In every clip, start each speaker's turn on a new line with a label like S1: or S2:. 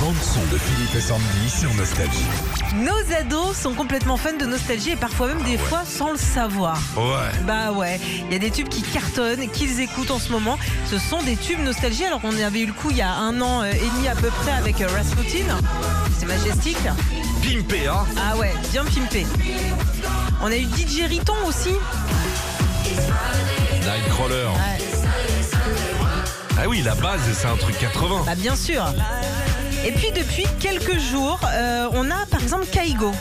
S1: bande son de Philippe et Sandy sur Nostalgie.
S2: Nos ados sont complètement fans de nostalgie et parfois même des fois sans le savoir.
S1: Ouais.
S2: Bah ouais, il y a des tubes qui cartonnent, qu'ils écoutent en ce moment. Ce sont des tubes nostalgie. Alors on avait eu le coup il y a un an euh, et demi à peu près avec euh, Rasputin. C'est majestique.
S1: Pimpé, hein
S2: Ah ouais, bien pimpé. On a eu DJ Riton aussi.
S1: Nightcrawler. Ah oui, la base, c'est un truc 80.
S2: Bah bien sûr. Et puis depuis quelques jours, euh, on a par exemple Kaigo.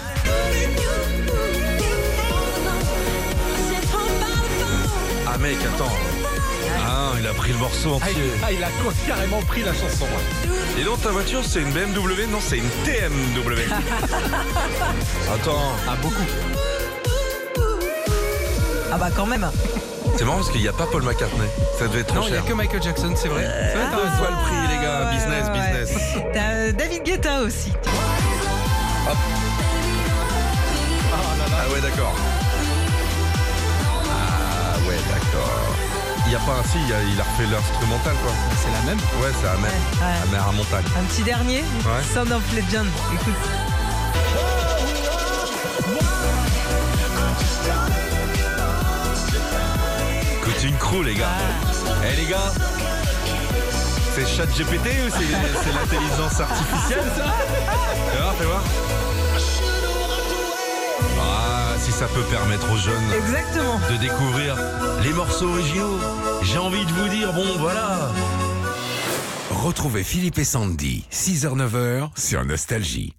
S1: Ah mec, attends. Ah, il a pris le morceau
S3: Ah, il-
S1: entier.
S3: ah, il a quoi- carrément pris la chanson.
S1: Et donc ta voiture, c'est une BMW Non, c'est une TMW. attends.
S3: Ah, beaucoup.
S2: Ah bah quand même.
S1: C'est marrant parce qu'il n'y a pas Paul McCartney. Ça devait être trop
S3: Non, il n'y a
S1: cher. Euh,
S3: que Michael Jackson, c'est vrai. C'est vrai, t'as
S1: Deux
S3: raison.
S1: fois le prix, les gars.
S2: Ah, ouais,
S1: Business,
S2: ouais, ouais.
S1: business.
S2: T'as euh, David Guetta aussi.
S1: Ah ouais, d'accord. Ah ouais, d'accord. Il n'y a pas un si, il y a- il a refait l'instrumental, quoi.
S3: C'est la même.
S1: Ouais, c'est la mer.
S2: Ouais, ouais.
S1: La mer à montagne.
S2: Un petit dernier
S1: Ouais.
S2: Sound of Legend. Écoute.
S1: Coaching crew, les gars. Eh, les gars C'est chat GPT ou c'est c'est l'intelligence artificielle, ça Fais voir, fais voir. Ah, si ça peut permettre aux jeunes
S2: Exactement.
S1: de découvrir les morceaux originaux, j'ai envie de vous dire, bon, voilà.
S4: Retrouvez Philippe et Sandy, 6h-9h sur Nostalgie.